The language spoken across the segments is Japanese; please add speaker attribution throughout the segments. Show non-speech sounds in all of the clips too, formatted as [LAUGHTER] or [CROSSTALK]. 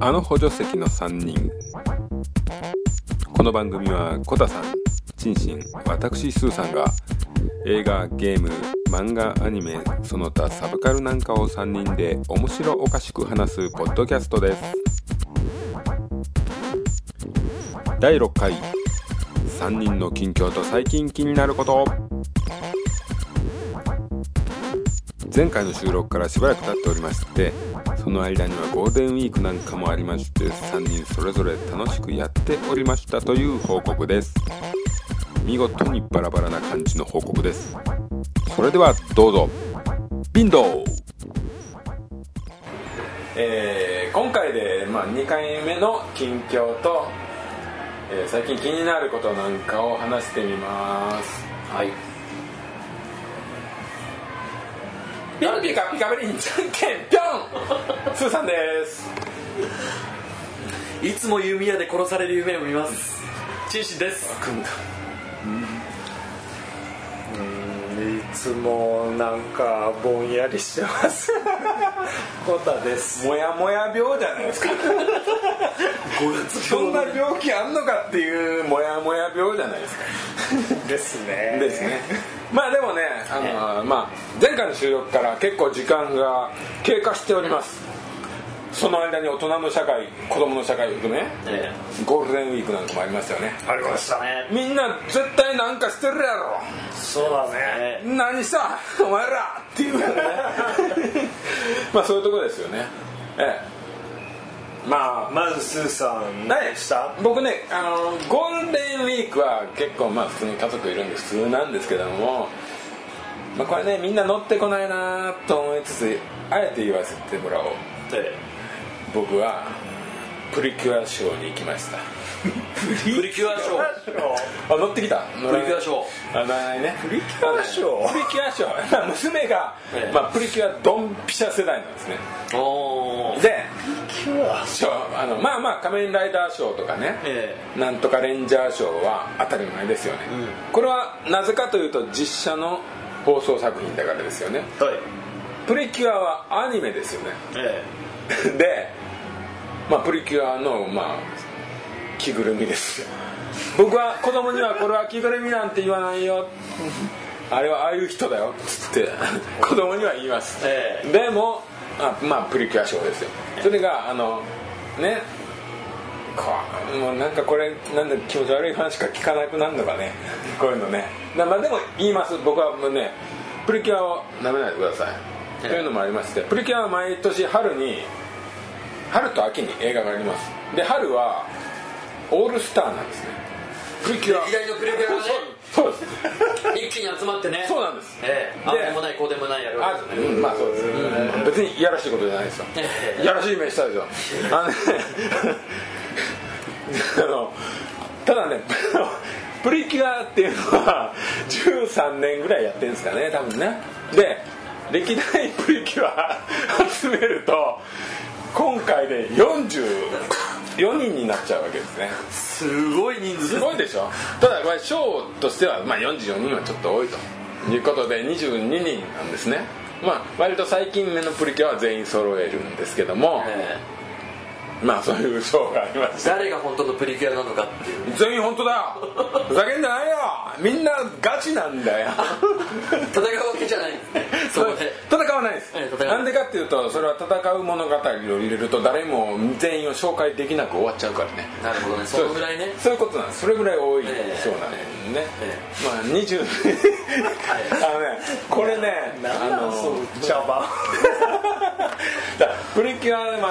Speaker 1: あの補助席の3人この番組はコタさんチンシン私スーさんが映画ゲーム漫画アニメその他サブカルなんかを3人で面白おかしく話すポッドキャストです第6回3人の近況と最近気になること前回の収録からしばらく経っておりましてその間にはゴールデンウィークなんかもありまして3人それぞれ楽しくやっておりましたという報告です見事にバラバラな感じの報告ですそれではどうぞビンドえー、今回で、まあ、2回目の近況と、えー最近気になることなんかを話してみます
Speaker 2: はい
Speaker 1: ピンピカピカブリンじゃんけんぴょんスーさんです
Speaker 2: いつも弓矢で殺される夢を見ますチンシンです
Speaker 3: いつもなんかぼんやりしてます [LAUGHS] コタです
Speaker 1: もやもや病じゃないですかそんな病気あんのかっていうもやもや病じゃないですか
Speaker 3: ですね
Speaker 1: ですねまあでもねあの、まあ、前回の収録から結構時間が経過しておりますその間に大人の社会子供の社会を含め
Speaker 2: え
Speaker 1: ゴールデンウィークなんかもありましたよね
Speaker 3: ありましたね
Speaker 2: え
Speaker 1: みんな絶対なんかしてるやろ
Speaker 3: そうだね
Speaker 2: え
Speaker 1: 何したお前らっていうねまあそういうとこですよねええまあ
Speaker 3: まずスーさん
Speaker 1: ない
Speaker 3: 何した
Speaker 1: 僕ねあのゴールデンウィークは結構まあ普通に家族いるんで普通なんですけども、まあ、これねみんな乗ってこないなと思いつつあえて言わせてもらおう
Speaker 2: え
Speaker 1: 僕はプリキュアショーに行きました
Speaker 2: えプリキュアショー
Speaker 1: あ乗ってきた乗
Speaker 2: プ
Speaker 1: ら
Speaker 2: リキ
Speaker 1: ない
Speaker 2: ュアショー
Speaker 1: あ乗らないねプリキ
Speaker 3: ュアショー
Speaker 1: プリキュアショー娘が、
Speaker 2: ええ
Speaker 1: まあ、プリキュアドンピシャ世代なんですね
Speaker 2: おー
Speaker 1: で
Speaker 3: 今日は
Speaker 1: ショーあのまあまあ仮面ライダーショーとかね、
Speaker 2: え
Speaker 1: なんとかレンジャーショーは当たり前ですよね、これはなぜかというと実写の放送作品だからですよね
Speaker 2: えはい
Speaker 1: プリキュアはアニメですよね [LAUGHS]
Speaker 2: え
Speaker 1: で、まあ、プリキュアの、まあ、着ぐるみですよ [LAUGHS] 僕は子供にはこれは着ぐるみなんて言わないよあれはああいう人だよつって子供には言います、
Speaker 2: え
Speaker 1: でもあまあプリキュアショーですよそれがあのねこもうなんかこれなんだ気持ち悪い話しか聞かなくなるのかねこういうのねなまあでも言います僕はもうねプリキュアをなめないでください、
Speaker 2: ええ
Speaker 1: というのもありましてプリキュアは毎年春に春と秋に映画がありますで春はオールスターなんですねプリキュア
Speaker 2: 左のプリキュアがね
Speaker 1: そうそうです
Speaker 2: 一気に集まってね
Speaker 1: そうなんです
Speaker 2: ええあ
Speaker 1: で
Speaker 2: でもないこうでもないやるわ
Speaker 1: あ
Speaker 2: けですね
Speaker 1: うんまあそうです、別にいやらしいことじゃないですよ
Speaker 2: ええ
Speaker 1: やらしい目したでしょあのねあのただね [LAUGHS] あのプリキュアっていうのは13年ぐらいやってるんですかね多分ねで歴代プリキュア集めると今回で44人になっちゃうわけですね
Speaker 2: すごい人数
Speaker 1: すごいでしょただこれショーとしては、まあ、44人はちょっと多いということで22人なんですねまあ割と最近目のプリキュアは全員揃えるんですけども、
Speaker 2: え
Speaker 1: まあそういうショーがありま
Speaker 2: え
Speaker 1: した
Speaker 2: 誰が本当のプリキュアなのかっていう
Speaker 1: 全員本当だよふざけんじゃないよみんなガチなんだよ
Speaker 2: 戦うわけじゃないそこで
Speaker 1: 戦わないです
Speaker 2: ええ戦わな
Speaker 1: ないんでかっていうとそれは戦う物語を入れると誰も全員を紹介できなく終わっちゃうからね
Speaker 2: なるほどねそのぐらいね
Speaker 1: そういうことなんですそれぐらい多い
Speaker 2: ええ
Speaker 1: そうなんですね、
Speaker 2: え
Speaker 1: まあ20あのねこれねあの
Speaker 3: 茶番
Speaker 1: [LAUGHS] だからプリキュアはねやっ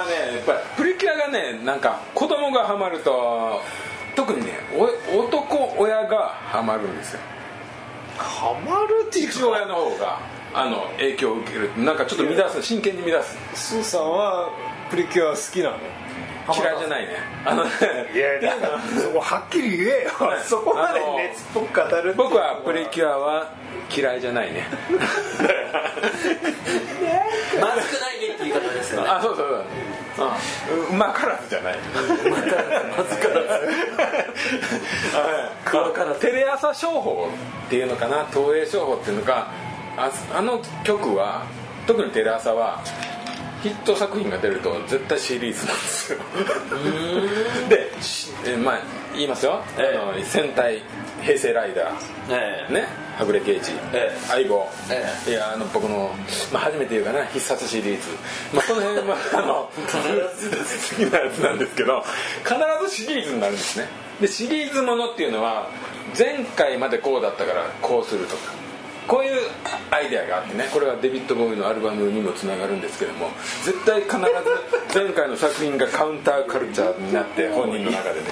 Speaker 1: ぱりプリキュアがねなんか子供がハマると特にねお男親がハマるんですよ
Speaker 3: ハマるっていう
Speaker 1: 父親の方があの影響を受けるなんかちょっと乱す真剣に乱す
Speaker 3: スーさんはプリキュア好きなの
Speaker 1: 嫌いじゃないねあのね
Speaker 3: いやだからそこはっきり言えよそこまで熱っぽく語るって
Speaker 1: 僕はプリキュアは嫌いじゃないね
Speaker 2: まずくないねって言い方ですよね
Speaker 1: あそうそうそう
Speaker 3: あ
Speaker 1: うまからずじゃない
Speaker 2: まずからず桑からず
Speaker 1: テレ朝商法っていうのかな東映商法っていうのかああの曲は特にテレ朝はヒット作品が出ると絶対シリーズなんですよでしえまあ言いますよ、
Speaker 2: え
Speaker 1: あの戦隊平成ライダ
Speaker 2: え
Speaker 1: ーねはぐれ刑事、
Speaker 2: ええ
Speaker 1: 相棒、
Speaker 2: え
Speaker 1: いやあの僕の、まあ、初めて言うかな必殺シリーズ、まあ、その辺
Speaker 2: [LAUGHS]
Speaker 1: はあの好きなやつなんですけど必ずシリーズになるんですねでシリーズものっていうのは前回までこうだったからこうするとかこういうアイデアがあってねこれはデビッド・ボーイのアルバムにもつながるんですけども絶対必ず前回の作品がカウンターカルチャーになって本人の中でね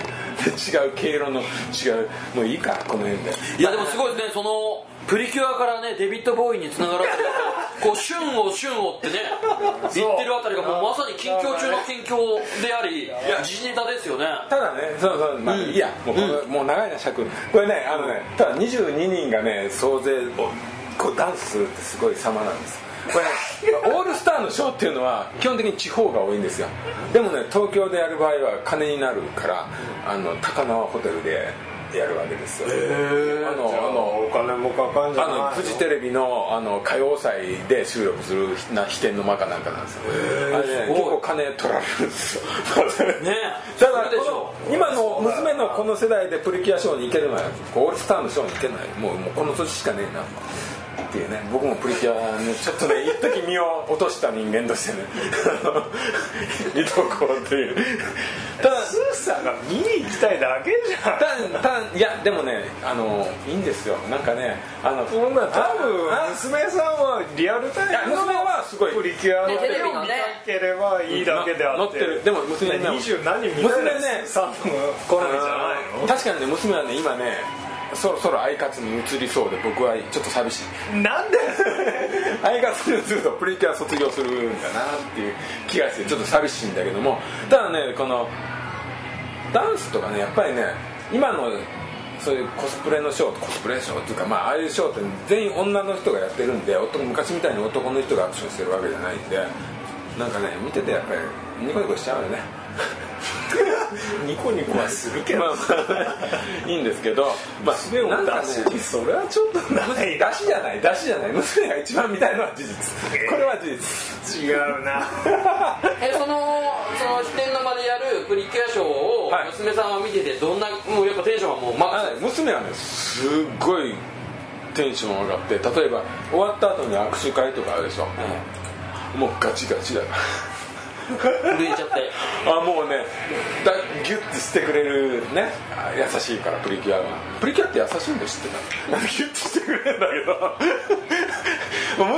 Speaker 1: で違う経路の違うもういいかこの辺で
Speaker 2: いやでもすごいですねそのプリキュアからねデビッド・ボーイにつながらせてこう旬を旬をってね言ってるあたりがもうまさに近況中の近況であり時事ネタですよね
Speaker 1: ただねそうそう、まあいいやもう,、もう長いな尺これねあのねただ22人がね総勢こうこうダンスするってすごい様なんですこれ、 [LAUGHS] ね、オールスターのショーっていうのは基本的に地方が多いんですよでもね東京でやる場合は金になるからあの高輪ホテルでやるわけですよあのあの
Speaker 3: お金もかかんじゃ
Speaker 1: あ
Speaker 3: ない
Speaker 1: のフジテレビのあの歌謡祭で収録するな飛天の間かなんかなんですよあれね結構金取られるんですよ [LAUGHS]
Speaker 2: ね
Speaker 1: ただ
Speaker 2: そうでしょ
Speaker 1: この今の娘のこの世代でプリキュアショーに行けるのはオールスターのショーに行けないもうもうこの年しかねえなっていうね僕もプリキュアねちょっとね一時身を落とした人間としてね [LAUGHS] 見とこうっていうただ
Speaker 3: スーさんが見に行きたいだけじゃん
Speaker 1: たたいやでもねあのいいんですよなんかねあの
Speaker 3: そんな多
Speaker 1: あ
Speaker 3: 分娘さんはリアルタ
Speaker 1: いや
Speaker 3: イム
Speaker 1: 娘
Speaker 3: の
Speaker 1: はすごい
Speaker 3: プリキュアの
Speaker 4: ね
Speaker 3: テ
Speaker 4: テ
Speaker 3: レ
Speaker 4: レ
Speaker 3: ビ
Speaker 4: ビ
Speaker 3: 見
Speaker 4: の
Speaker 3: な
Speaker 4: ね
Speaker 3: ければいいだけであ
Speaker 1: 乗
Speaker 3: っ
Speaker 1: っててるでも娘ね
Speaker 3: 二十何人見
Speaker 1: 娘ね
Speaker 3: さんの好みじゃないの
Speaker 1: 確かにね娘はね今ねそろそろアイカツに移りそうで僕はちょっと
Speaker 3: [LAUGHS]
Speaker 1: 寂しい
Speaker 3: なんで
Speaker 1: アイカツに移るとプリキュア卒業するんだなっていう気がしてちょっと寂しいんだけどもただねこのダンスとかねやっぱりね今のそういうコスプレのショーコスプレショーっていうかまあああいうショーって全員女の人がやってるんで男昔みたいに男の人がアクションしてるわけじゃないんでなんかね見ててやっぱりニコニコしちゃうよね
Speaker 3: [LAUGHS] ニコニコはするけ
Speaker 1: ま
Speaker 3: ど
Speaker 1: あまあいいんですけど、まあ、
Speaker 3: 娘
Speaker 1: な
Speaker 3: も
Speaker 1: んか
Speaker 3: だ
Speaker 1: ね
Speaker 3: しそれはちょっとない
Speaker 1: 出しじゃない出しじゃない娘が一番見たいのは事実これは事実
Speaker 3: [LAUGHS] 違うな
Speaker 4: えそのその四天王までやるプリキュアショーを
Speaker 1: はい
Speaker 4: 娘さんは見ててどんなもうやっぱテンションはもうマックス
Speaker 1: あ娘はねすっごいテンション上がって例えば終わった後に握手会とかあるでしょ、もうガチガチだ
Speaker 4: 震えちゃって
Speaker 1: あもうねだギュッてしてくれるねあ優しいからプリキュアはプリキュアって優しいんで知ってたギュッてしてくれるんだけどもう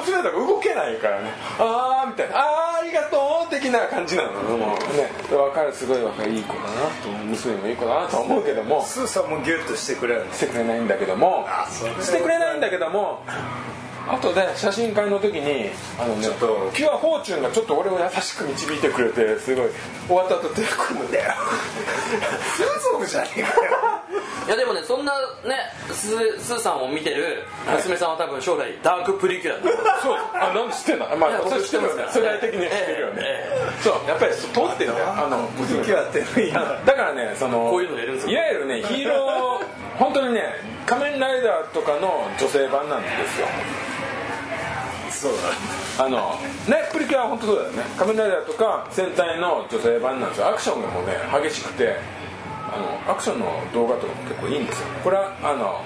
Speaker 1: 娘とか動けないからねああみたいなああーありがとう的な感じなのもうね分かるすごい分かるいい子だなと娘もいい子だなと思うけども
Speaker 3: スーさんもギュッとしてくれるんで
Speaker 1: し
Speaker 3: す
Speaker 1: てくれないんだけども
Speaker 3: あそれ
Speaker 1: してくれ
Speaker 3: [LAUGHS]
Speaker 1: ないんだけども後で写真会の時にあのね
Speaker 3: ちょっと
Speaker 1: ピュアフォーチュンがちょっと俺を優しく導いてくれてすごい終わった後手組むんだよ
Speaker 3: 風俗じゃねえかよ
Speaker 4: いやでもねそんなねススーさんを見てる娘さんは多分将来ダークプリキュアだと思う
Speaker 1: そうあなんで知ってんのま
Speaker 4: いや
Speaker 1: あ
Speaker 4: 僕
Speaker 1: それ知ってます
Speaker 4: 知ってます
Speaker 1: 世代的には知ってるよね
Speaker 4: え
Speaker 1: そうやっぱりそう通ってんだよあの
Speaker 3: [LAUGHS] プリキュアっていいな
Speaker 1: だからねその
Speaker 4: こういうのやるんですよ
Speaker 1: わゆるねヒーロー本当にね仮面ライダーとかの女性版なんですよ
Speaker 3: そうだ
Speaker 1: あのねプリキュアは本当そうだよね仮面ライダーとか戦隊の女性版なんですよアクションがもうね激しくてあのアクションの動画とかも結構いいんですよこれはあの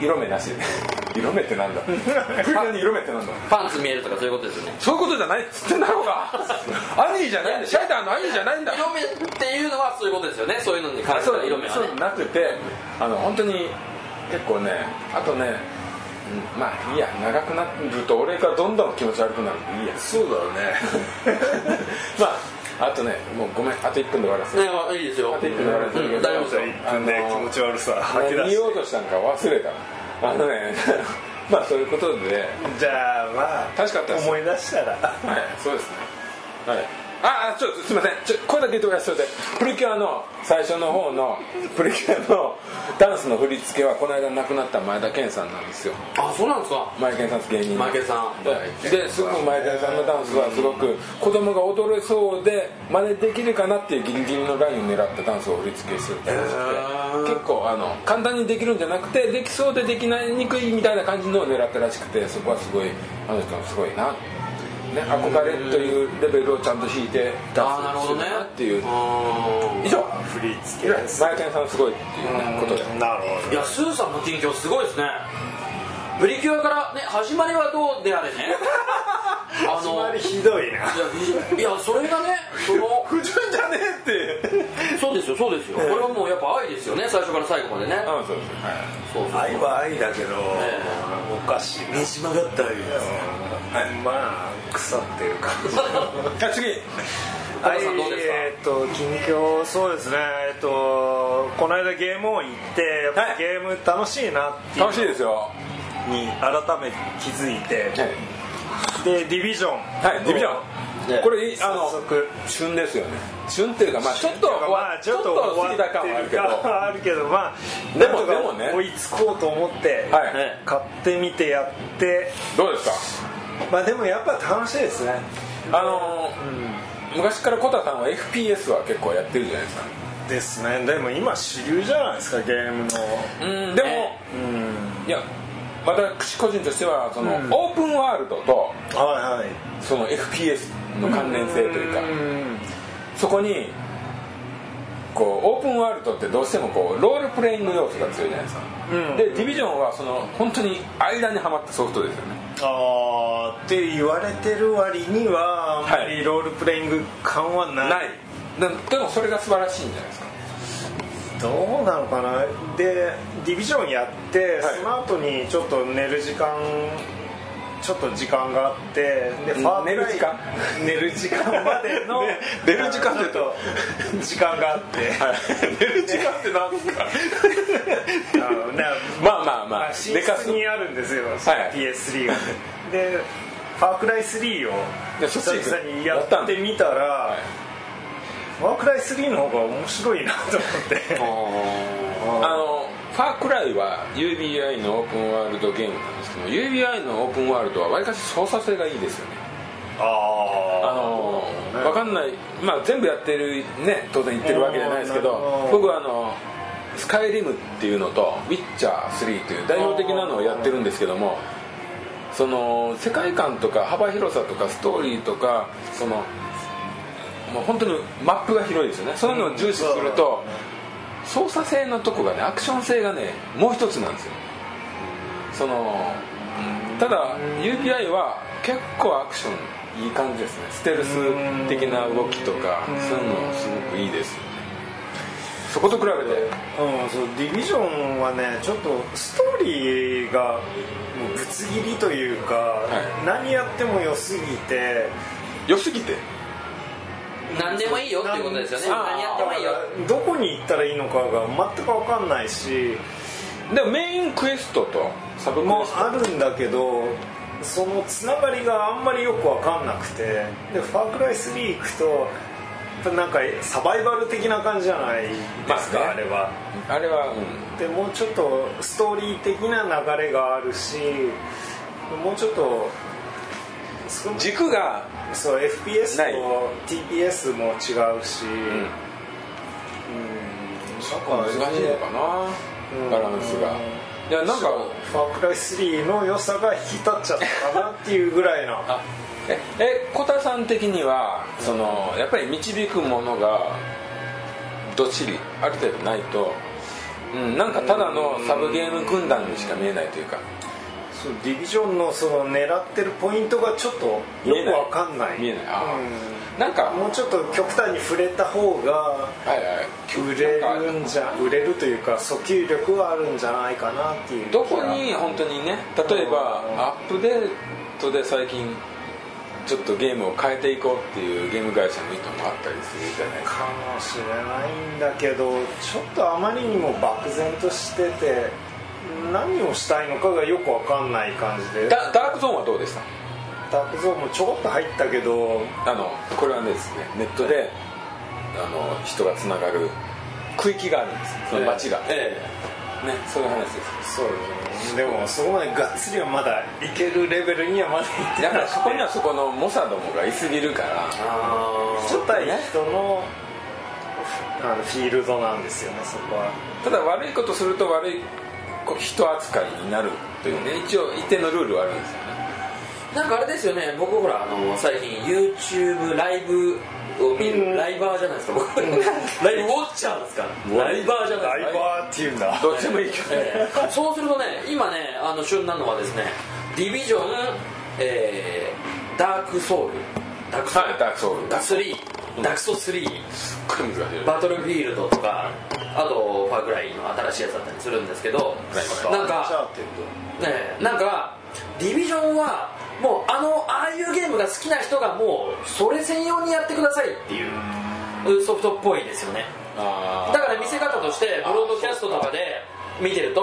Speaker 1: 色目なし [LAUGHS] 色目ってなん
Speaker 4: [LAUGHS]
Speaker 1: だプリキュアに色目ってなんだ
Speaker 4: パンツ見えるとかそういうことですよね
Speaker 1: そういうことじゃないっつってんだろう
Speaker 4: [LAUGHS]
Speaker 1: がアニーじゃないんだシャイターのアニーじゃないんだ
Speaker 4: 色目っていうのはそういうことですよねそういうのに関して
Speaker 1: そう
Speaker 4: は色目は
Speaker 1: そう
Speaker 4: ね
Speaker 1: なくてあの本当に結構ねあとねうんまあいいや長くなると俺がどんどん気持ち悪くなるんでいいやそうだよね [LAUGHS] まああとねもうごめんあと1分で終わらせる
Speaker 4: ねまあいいです
Speaker 1: あ
Speaker 4: よ、うん、
Speaker 1: と
Speaker 4: 大
Speaker 1: 1分で終わらせるけど、
Speaker 4: 丈夫ですよ
Speaker 1: あの
Speaker 3: ね気持ち悪さ吐き出
Speaker 1: 何
Speaker 3: し
Speaker 1: 言おうとしたんか忘れたあのね [LAUGHS] まあそういうことで、
Speaker 3: じゃあまあ [LAUGHS]
Speaker 1: 楽しかったです
Speaker 3: 思い出したら
Speaker 1: はい、そうですねはいああちょっとすいませんちょこれだけ言ってくださいでプリキュアの最初の方のプリキュアのダンスの振り付けはこの間亡くなった前田健さんなんですよ
Speaker 4: あそうなんですか
Speaker 1: 前田健さんって芸人の
Speaker 4: マイケルさん
Speaker 1: ですごく前田さんのダンスはすごく子供が踊れそうで真似できるかなっていうギリギリのラインを狙ったダンスを振り付けするって結構あの簡単にできるんじゃなくてできそうでできないにくいみたいな感じのを狙ったらしくてそこはすごいあの人もすごいな、ね、憧れというレベルをちゃんと引いてダ
Speaker 4: あーな
Speaker 1: ンス
Speaker 4: るほ
Speaker 1: す
Speaker 4: ど
Speaker 1: る
Speaker 4: ね
Speaker 1: なっていう
Speaker 4: あ
Speaker 1: 以上
Speaker 3: 振り付
Speaker 1: 以来
Speaker 3: けです
Speaker 1: 前田さんすごいっていうねことで
Speaker 3: うんなるほ
Speaker 4: ーいやスーさんの近況すごいですねプリキュアからね始まりはどうであれね [LAUGHS] あ
Speaker 3: ど
Speaker 4: の
Speaker 3: あまりひどいない
Speaker 4: やいやそれがねその
Speaker 3: 不純じゃねえって
Speaker 4: そうですよそうですよこれはもうやっぱ愛ですよね最初から最後までね
Speaker 1: あそうですはい
Speaker 4: そうそう
Speaker 3: 愛は愛だけどおかしいなねじ曲がった愛まあ腐ってる [LAUGHS] 感じ
Speaker 1: じゃあ次
Speaker 3: は
Speaker 4: 岡
Speaker 3: い
Speaker 4: 田さんどうですか
Speaker 3: えーっと近況そうですねえーっとこの間ゲームオン行ってやっぱ
Speaker 1: はい
Speaker 3: ゲーム楽しいなっていう
Speaker 1: 楽しいですよ
Speaker 3: に改めて気づいてでディビジョン
Speaker 1: はい、ディビジョン。
Speaker 3: ね
Speaker 1: これいいあ
Speaker 3: 早
Speaker 1: の
Speaker 3: 速
Speaker 1: 旬ですよね。旬っていうかまあちょっと
Speaker 3: まあちょっと
Speaker 1: 過
Speaker 3: 終
Speaker 1: ぎ
Speaker 3: わ
Speaker 1: た
Speaker 3: って
Speaker 1: 感はある
Speaker 3: る
Speaker 1: けど。
Speaker 3: 感はあるけどまあ
Speaker 1: でも
Speaker 3: なんとか
Speaker 1: でもね
Speaker 3: 追いつこうと思って
Speaker 1: はい
Speaker 4: ね
Speaker 3: 買ってみてやって
Speaker 1: どうです
Speaker 3: まあでもやっぱ楽しいですね
Speaker 1: か。あのー昔からコタさんは FPS は結構やってるじゃないですか。
Speaker 3: ですねでも今主流じゃないですかゲームの
Speaker 1: うん、でも、いや私個人としてはその、オープンワールドと
Speaker 3: はいはい
Speaker 1: その FPS の関連性というか、そこに。こうオープンワールドってどうしてもこうロールプレイング要素が強いじゃないですか、でディビジョンはその本当に間にはまったソフトですよね
Speaker 3: あーって言われてる割にはあんま
Speaker 1: は
Speaker 3: りロールプレイング感はない、
Speaker 1: ないなでもそれが素晴らしいんじゃないですか
Speaker 3: どうなのかなでディビジョンやって、その後にちょっと寝る時間ちょっと時間があってで
Speaker 1: うん
Speaker 3: ファークラ
Speaker 1: 寝
Speaker 3: イ
Speaker 1: る時間
Speaker 3: 寝る時間ま
Speaker 1: [LAUGHS]
Speaker 3: での、
Speaker 1: ね寝る時間って
Speaker 3: ちょっと時間があって
Speaker 1: [LAUGHS] 寝る時間って何ですか
Speaker 3: あのね
Speaker 1: まあまあま
Speaker 3: まあ
Speaker 1: あ
Speaker 3: 寝室
Speaker 1: 寝かす
Speaker 3: にあるんですよ、
Speaker 1: い
Speaker 3: PS3 がで「ファークライ3」を
Speaker 1: でそっち
Speaker 3: 久
Speaker 1: 行く
Speaker 3: 々にやってみたら「ファークライ3」の方が面白いなと思って
Speaker 1: あのファークライは UBI のオープンワールドゲームなんですけど UBI のオープンワールドはわりかし操作性がいいですよね [LAUGHS] あ
Speaker 3: あ
Speaker 1: のわかんない、まあ、全部やってるね当然言ってるわけじゃないですけ
Speaker 3: あーなる
Speaker 1: ど
Speaker 3: ほど
Speaker 1: 僕はあのスカイリムっていうのとウィッチャー3という代表的なのをやってるんですけどもその世界観とか幅広さとかストーリーとかそのもう本当にマップが広いですよねそういうのを重視すると操作性のとこがねアクション性がねもう一つなんですよそのただ UPI は結構アクションいい感じですねステルス的な動きとかそういうのすごくいいですよねそこと比べて
Speaker 3: うんそうディビジョンはねちょっとストーリーがもうぶつ切りというか、
Speaker 1: い
Speaker 3: 何やっても良すぎて
Speaker 1: 良すぎて
Speaker 4: 何でもいいよっていうことですよね
Speaker 1: なん
Speaker 4: 何やってもいいよ
Speaker 3: どこに行ったらいいのかが全く分かんないし
Speaker 1: でもメインクエストとサブク
Speaker 3: も
Speaker 1: エス
Speaker 3: あるんだけどそのつながりがあんまりよく分かんなくてで「ファークライ3」行くとやっぱなんかサバイバル的な感じじゃないですか、
Speaker 1: まあ
Speaker 3: あ
Speaker 1: ね
Speaker 3: れは
Speaker 1: トあれはうん
Speaker 3: でもうちょっとストーリー的な流れがあるしもうちょっと少な
Speaker 1: 軸が
Speaker 3: そう FPS
Speaker 1: ない
Speaker 3: と TPS も違うし、うん
Speaker 1: 難しいの
Speaker 3: なんかね
Speaker 1: かなバランスがいやなんか
Speaker 3: ファークライ3の良さが引き立っちゃったかなっていうぐらいの
Speaker 4: あ
Speaker 1: ええ小田さん的にはそのやっぱり導くものがどっしりある程度ないと、うん、なんかただのサブゲーム軍団にしか見えないというか
Speaker 3: そうディビジョンのその狙ってるポイントがちょっと
Speaker 1: 見え
Speaker 3: よ
Speaker 1: な
Speaker 3: く
Speaker 1: い
Speaker 3: わかんない
Speaker 1: 見えないあ
Speaker 3: う
Speaker 1: なんか
Speaker 3: んもうちょっと極端に触れた方が
Speaker 1: はいはい
Speaker 3: 売れるんじゃ売れるというか訴求力はあるんじゃないかなっていう
Speaker 1: どこに本当にね例えばアップデートで最近ちょっとゲームを変えていこうっていうゲーム会社の意図もあったりするじゃないですか
Speaker 3: かもしれないんだけどちょっとあまりにも漠然としてて何をしたいのかがよくわかんない感じで
Speaker 1: ダダークゾーンはどうでした
Speaker 3: ダークゾーンもちょこっと入ったけど
Speaker 1: あのこれはねですねネットで、あの人がつながる区域があるんですその街が、
Speaker 2: え
Speaker 1: ねそういう話です
Speaker 3: そうですねでもそこまでがっつりはまだいけるレベルにはまだいって
Speaker 1: だ
Speaker 3: な
Speaker 1: から
Speaker 3: くて
Speaker 1: そこにはそこの猛者どもがいすぎるから
Speaker 3: 初対人のあのフィールドなんですよねそこは
Speaker 1: ただ悪いことすると悪いこう人扱いになるというね一応一定のルールはあるんですよね
Speaker 4: なんかあれですよね僕ほらあの最近 YouTube ライブを見る、ライバーじゃないですか僕ライブウォッチャーですからライバーじゃないですか
Speaker 3: バーっていうんだ
Speaker 1: どっちでもいいけどね
Speaker 4: えーそうするとね今ねあの旬なのはですねディビジョン、えーダークソウルダークソウル、
Speaker 1: はいダークソウル
Speaker 4: ダークソウル3ダークソウル
Speaker 1: [LAUGHS]
Speaker 4: 3
Speaker 1: すっごい難しいよね
Speaker 4: バトルフィールドとかあとファークライの新しいやつだったりするんですけど
Speaker 1: はい
Speaker 4: なんかねえなんかディビジョンはもうあのああいうゲームが好きな人がもうそれ専用にやってくださいっていうソフトっぽいですよね
Speaker 1: あ
Speaker 4: だから見せ方としてブロードキャストとかで見てると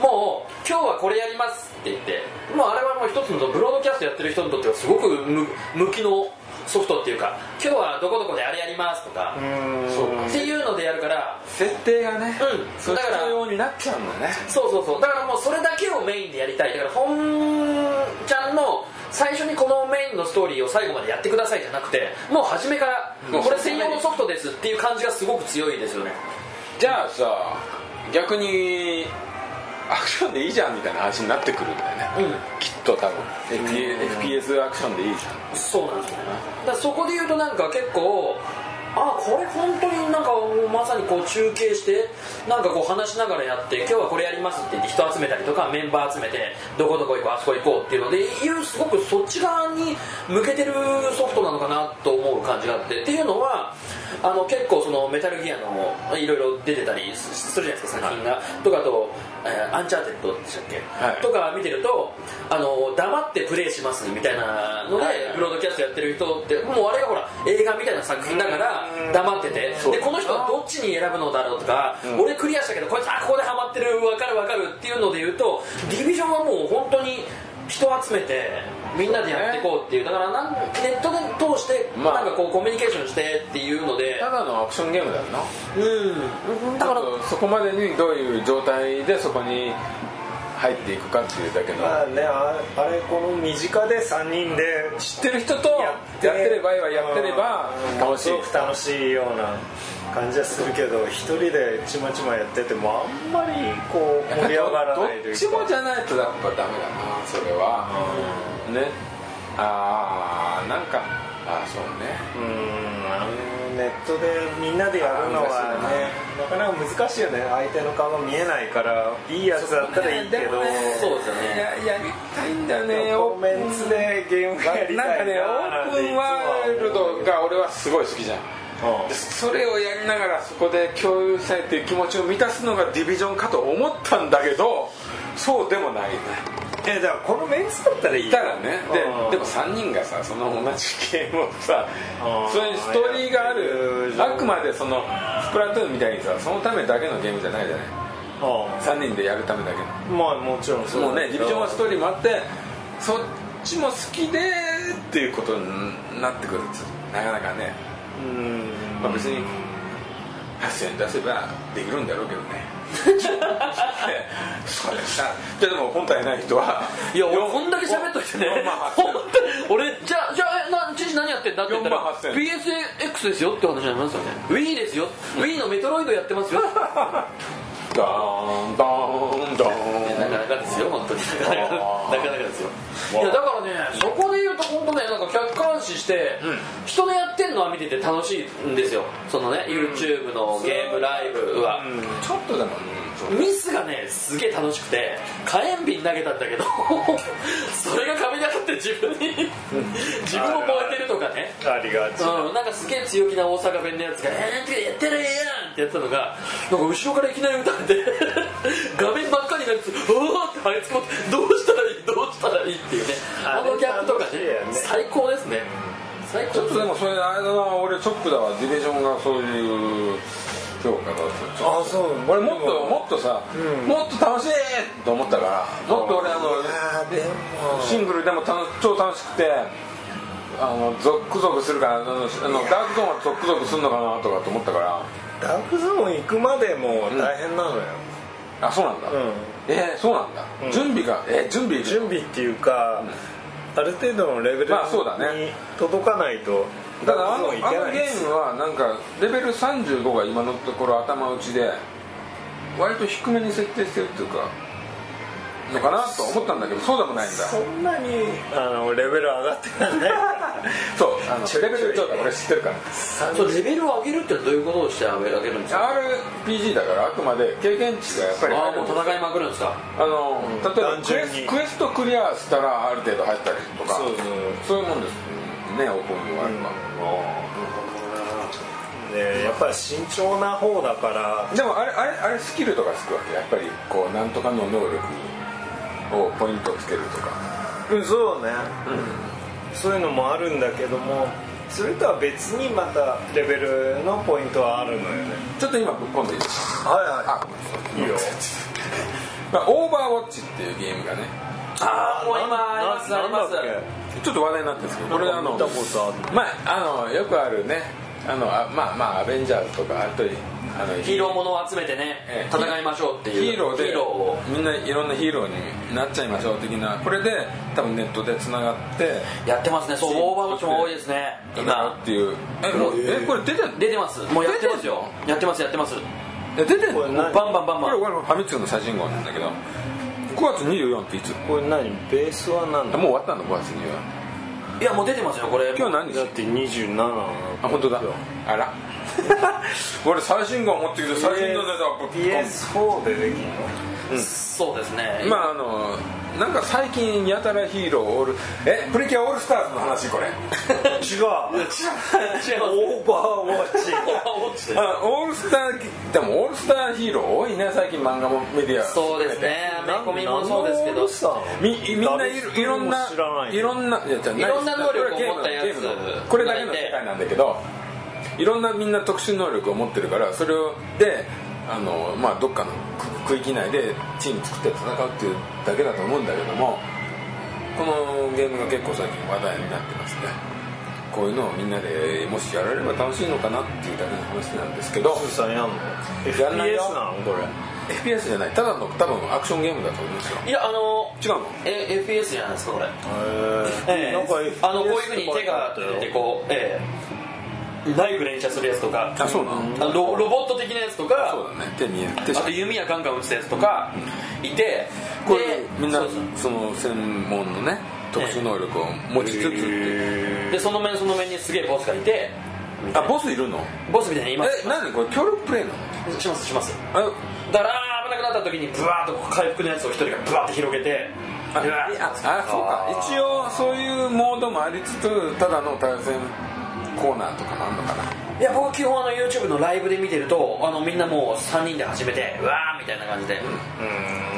Speaker 4: もう今日はこれやりますって言ってもうあれはもう一つのブロードキャストやってる人にとってはすごくむ向きのソフトっていうか今日はどこどこであれやりますとかっていうのでやるから
Speaker 1: 設定がね、
Speaker 4: うん
Speaker 1: そう
Speaker 4: だから
Speaker 1: 必要になっちゃうのね
Speaker 4: そうそうそうだからもうそれだけをメインでやりたいだから本ちゃんの最初にこのメインのストーリーを最後までやってくださいじゃなくてもう初めから
Speaker 1: うん
Speaker 4: これ専用のソフトですっていう感じがすごく強いですよね
Speaker 1: じゃあさ逆にアクションでいいじゃんみたいな話になってくるんだよね、
Speaker 4: うん
Speaker 1: きっと多分 FPS アクションでいいじゃん
Speaker 4: そうなんですよねだからそこで言うとなんか結構あこれ本当になんかもうまさにこう中継してなんかこう話しながらやって今日はこれやりますって言って人集めたりとかメンバー集めてどこどこ行こうあそこ行こうっていうのでいうすごくそっち側に向けてるソフトなのかなと思う感じがあってっていうのはあの結構そのメタルギアのいろいろ出てたりするじゃないですか作品が、とかあと、えーアンチャーテッドでしたっけ、
Speaker 1: はい
Speaker 4: とか見てるとあの黙ってプレイしますみたいなので
Speaker 1: はいはい
Speaker 4: ブロードキャストやってる人ってもうあれがほら映画みたいな作品だから黙ってて
Speaker 1: そう
Speaker 4: でこの人はどっちに選ぶのだろうとか、俺クリアしたけどこいつあここでハマってる分かる分かるっていうので言うとディビジョンはもう本当に人集めてみんなでやっていこうっていうだからなんネットで通して
Speaker 1: まあ
Speaker 4: なんかこうコミュニケーションしてっていうので、
Speaker 1: ただのアクションゲームだよな
Speaker 4: うんだから
Speaker 1: そこまでにどういう状態でそこに入っていくかっていうだけの、
Speaker 3: まあねああれこの身近で3人で
Speaker 1: 知ってる人とやってればいいわやってれば
Speaker 3: うん
Speaker 1: 楽しい
Speaker 3: すごく楽しいような感じはするけど一人でちまちまやっててもあんまりこう盛り上がらないと
Speaker 1: ど
Speaker 3: い
Speaker 1: っ
Speaker 3: う
Speaker 1: ちもじ
Speaker 3: ゃ
Speaker 1: ゃないとやっぱダメだなそれは、ねああなんかああそうね
Speaker 3: うんあのネットでみんなでやるのはねなかなか難しいよね相手の顔が見えないからいいやつだったらいいけ
Speaker 4: そう
Speaker 3: ど
Speaker 4: ですよね
Speaker 1: いややりたいんだよね
Speaker 3: コメンツでゲームやりたい
Speaker 1: なんかねオープンワールドが俺はすごい好きじゃんでそれをやりながらそこで共有したいっていう気持ちを満たすのがディビジョンかと思ったんだけどそうでもないね
Speaker 3: えだからこのメンツだったらいい
Speaker 1: い
Speaker 3: よ
Speaker 1: たらね
Speaker 3: うん
Speaker 1: ででも3人がさその同じゲームをさ
Speaker 3: うん
Speaker 1: それにストーリーがある
Speaker 3: うん
Speaker 1: あくまでそのスプラトゥーンみたいにさそのためだけのゲームじゃないじゃない
Speaker 3: あ
Speaker 1: 3人でやるためだけの
Speaker 3: あまあもちろんそう
Speaker 1: もうねディビジョンはストーリーもあってそっちも好きでっていうことになってくるとなかなかね、
Speaker 3: うん
Speaker 1: まあ、別に8000円出せばできるんだろうけど
Speaker 4: [LAUGHS]
Speaker 1: ねそれさででも本体ない人はい
Speaker 4: いや俺こんだけ喋っといてね
Speaker 1: 4万8000
Speaker 4: 本当に俺じゃあじゃあえな知事何やってんだって言ったら
Speaker 1: 48,000
Speaker 4: PSX ですよって話になりますよね Wii ですよ Wii のメトロイドやっ
Speaker 1: [LAUGHS]
Speaker 4: てますよ
Speaker 1: ドーンドーンドーン
Speaker 4: なかなかですよ本当になかなか
Speaker 1: あー
Speaker 4: なかなかですよいやだからねそこで言うと本当ねなんか客観視して、人のやってんのは見てて楽しいんですよそのね YouTube のゲームライブは、
Speaker 1: ちょっとでも、うんそう
Speaker 4: ミスがねすげえ楽しくて火炎瓶投げたんだけど [LAUGHS] それが神がかって自分に自分も燃えてるとかね
Speaker 3: ありがち
Speaker 4: うん、なんかすげえ強気な大阪弁のやつが「えー、やってるやん!」ってやってたのがなんか後ろからいきなり撃たれて [LAUGHS] 画面ばっかりになりつつ「おー!」ってあいつもどうしたらいいどうしたらいいっていうねあ
Speaker 3: あれ
Speaker 4: のギャップとかね
Speaker 3: 楽しいよね
Speaker 4: 最高ですね最
Speaker 1: ち
Speaker 4: 高
Speaker 1: ょっとでもそれあれだな俺チョップだわディビジョンがそういう今日かどう
Speaker 3: あそう
Speaker 1: 俺もっともっとさ、
Speaker 3: うん
Speaker 1: もっと楽しいと思ったからもっと俺あの
Speaker 3: あーでも
Speaker 1: シングルでも楽超楽しくてあのゾックゾクするからあのあのダークゾーンはゾックゾクするのかなとかと思ったから
Speaker 3: ダークゾーン行くまでも大変なのよ、
Speaker 1: あそうなんだ、
Speaker 3: うん
Speaker 1: えーそうなんだ、
Speaker 3: うん
Speaker 1: 準備がえー準備
Speaker 3: 準備っていうか、ある程度のレベル
Speaker 1: まあそうだね
Speaker 3: に届かないと
Speaker 1: ただあの
Speaker 3: ダ
Speaker 1: あのゲ
Speaker 3: ークゾーン行けないで
Speaker 1: ー
Speaker 3: す
Speaker 1: ムはなんかレベル35が今のところ頭打ちで割と低めに設定してるっていうかのかなと思ったんだけどそうでもないんだ
Speaker 3: そんなにあのレベル上がってないから
Speaker 1: そうあ
Speaker 3: ちょ
Speaker 1: の
Speaker 3: い
Speaker 1: レベル
Speaker 3: ちょい
Speaker 1: 上だ俺知ってるから
Speaker 4: それレベルを上げるってどういうことをして上げるんですか
Speaker 1: RPG だからあくまで経験値がやっぱり
Speaker 4: あ
Speaker 1: 入
Speaker 4: あ
Speaker 1: る
Speaker 4: もう戦いまくるんですか
Speaker 1: あの例えばクエ
Speaker 3: 単純
Speaker 1: ス
Speaker 3: に
Speaker 1: クエストクリアしたらある程度入ったりとか
Speaker 3: そうそう
Speaker 1: そういうもんですねオープンワールドは
Speaker 3: ねやっぱり慎重な方だから
Speaker 1: でもあれあれあれスキルとかつくわけやっぱりこうなんとかの能力をポイントつけるとか
Speaker 3: うんそうね、そういうのもあるんだけどもそれとは別にまたレベルのポイントはあるのよね
Speaker 1: ちょっと今ぶっ込んでいいですか
Speaker 3: は
Speaker 1: あごめんなさい
Speaker 3: いはいいいよ
Speaker 1: まあ、オーバーウォッチっていうゲームがね
Speaker 4: ああもう今ありますあ
Speaker 3: な
Speaker 4: ります
Speaker 3: なんだっ
Speaker 1: ちょっと話題になってるんですけどこれあ
Speaker 3: なんか
Speaker 1: の
Speaker 3: 見たことある
Speaker 1: まああのよくあるねあのあまあまあアベンジャーズとかあとあの
Speaker 4: ヒーローものを集めて
Speaker 1: え
Speaker 4: ね
Speaker 1: え
Speaker 4: 戦いましょうって
Speaker 1: ヒ
Speaker 4: いう
Speaker 1: ーローで
Speaker 4: ヒーローを
Speaker 1: みんないろんなヒーローになっちゃいましょう的なこれで多分ネットでつながって
Speaker 4: やってますねそうオーバーウォッチも多いですね
Speaker 1: 戦う
Speaker 4: 今
Speaker 1: っていうえもうえこれ出てんの
Speaker 4: 出てますもうやってますよやってますやってますも
Speaker 1: え出てんの
Speaker 3: これ
Speaker 1: こ
Speaker 4: うバ
Speaker 3: 何
Speaker 4: ンバンバンバ
Speaker 1: れ
Speaker 4: ン
Speaker 1: 俺のファミ通の最新号なんだけど5月24日っていつ
Speaker 3: これ何ベースは何
Speaker 1: あもう
Speaker 3: だ
Speaker 1: 終わったの5月24
Speaker 4: いやもう出てますよこれ
Speaker 1: 日今日何
Speaker 3: だっ
Speaker 1: 日
Speaker 3: て27なの
Speaker 1: あ本当だあら [LAUGHS] 俺最新号持ってきて最新号出たらぶっ込む
Speaker 3: PS4 でできるの
Speaker 4: そうですね
Speaker 1: [LAUGHS]
Speaker 4: [LAUGHS]
Speaker 1: まああのなんか最近やたらヒーローオールえプリキュアオールスターズの話これ
Speaker 3: 違う
Speaker 4: 違う
Speaker 3: オーバーウォッチ
Speaker 1: あオールスターでもオールスターヒーロー多いね最近漫画もメディア
Speaker 4: そうですねアメコミもそうですけど
Speaker 1: みみんないろいろんな
Speaker 3: 知らない
Speaker 1: いろんないやじゃあい
Speaker 4: いろんな能力を持ったやつ
Speaker 1: ゲームのゲームのこれだけの世界なんだけどいろんなみんな特殊能力を持ってるからそれをであのまあどっかの区区域内でチーム作って戦うっていうだけだと思うんだけどもこのゲームが結構最近話題になってますねこういうのをみんなでもしやられれば楽しいのかなっていうだけの話なんですけど
Speaker 3: スーさんやんの
Speaker 1: やんないよ
Speaker 3: FPS なのこれ
Speaker 1: FPS じゃないただの多分アクションゲームだと思いますよ
Speaker 4: いやあの
Speaker 1: 違うの
Speaker 4: え FPS じゃないですかこれ
Speaker 3: へーなんか FPS
Speaker 4: あのこういうふうに手が出てこうええナイフ連射するやつとか
Speaker 1: あそうなの
Speaker 4: あのロロボット的なやつとか
Speaker 1: そうだね手見える手し
Speaker 4: あ
Speaker 1: か
Speaker 4: と弓矢ガンガン撃つやつとかいて
Speaker 1: これ
Speaker 4: で
Speaker 1: みんな
Speaker 4: そうそう
Speaker 1: その専門のね特殊能力を持ちつつっていう
Speaker 4: でその面その面にすげえボスがいて
Speaker 1: あボスいるの
Speaker 4: ボスみたいにいます
Speaker 1: え何これ協力プレイなの
Speaker 4: しますします
Speaker 1: あ
Speaker 4: だからあー危なくなった時にブワーッとこう回復のやつを一人がブワーッと広げて
Speaker 1: ああ
Speaker 4: うわー
Speaker 1: あそうか一応そういうモードもありつつただの対戦コーナーとかもあんのかない
Speaker 4: や僕は基本あの YouTube のライブで見てるとあのみんなもう3人で始めてうわーみたいな感じで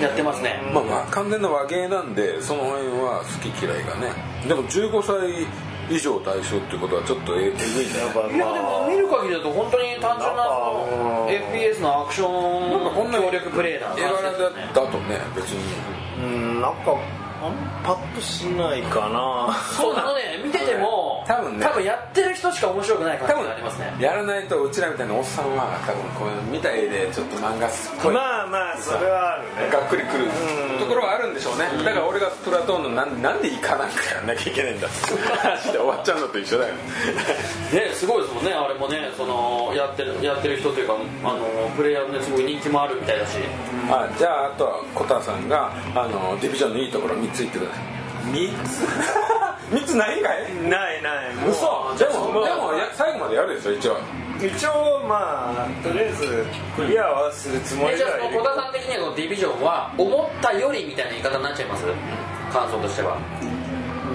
Speaker 4: やってますね
Speaker 1: まあまあ完全な和芸なんでその辺は好き嫌いがねでも15歳以上対象ってことはちょっとええぐいね
Speaker 3: やっぱ
Speaker 4: いやでも見る限りだと本当に単純なその
Speaker 3: うん
Speaker 4: FPS のアクショ
Speaker 1: こん
Speaker 4: ン
Speaker 1: なに
Speaker 4: 協力プレイな話
Speaker 1: 絵柄だ
Speaker 4: ですね
Speaker 1: だとね別に
Speaker 3: うんなんかあんまパッとしないかな
Speaker 4: そうなのね見てても
Speaker 1: 多分ね
Speaker 4: やってる人しか面白くない感じがありますね
Speaker 1: やらないとうちらみたいなおっさんは多分こう見た絵でちょっと漫画っぽい
Speaker 3: [LAUGHS] まあまあそれはあるね
Speaker 1: がっくりくるところはあるんでしょうねだから俺がプラトーンのなんなんで行かなんかやんなきゃいけないんだって話で終わっちゃうのと一緒だよね
Speaker 4: ねすごいですもんねあれもねそのやってるやってる人というかあのプレイヤーもねすごい人気もあるみたいだし
Speaker 1: あじゃああとはコタさんがあのディビジョンのいいところ3つ言ってください3つ [LAUGHS] 3つないんかい
Speaker 3: ないないもう
Speaker 1: 嘘でもでもや最後までやるでしょ一応
Speaker 3: 一応まあとりあえずクリアはするつも
Speaker 4: え
Speaker 3: り
Speaker 4: じゃ
Speaker 3: だ
Speaker 4: あその小田さん的にはこのディビジョンは思ったよりみたいな言い方になっちゃいます感想としては
Speaker 3: う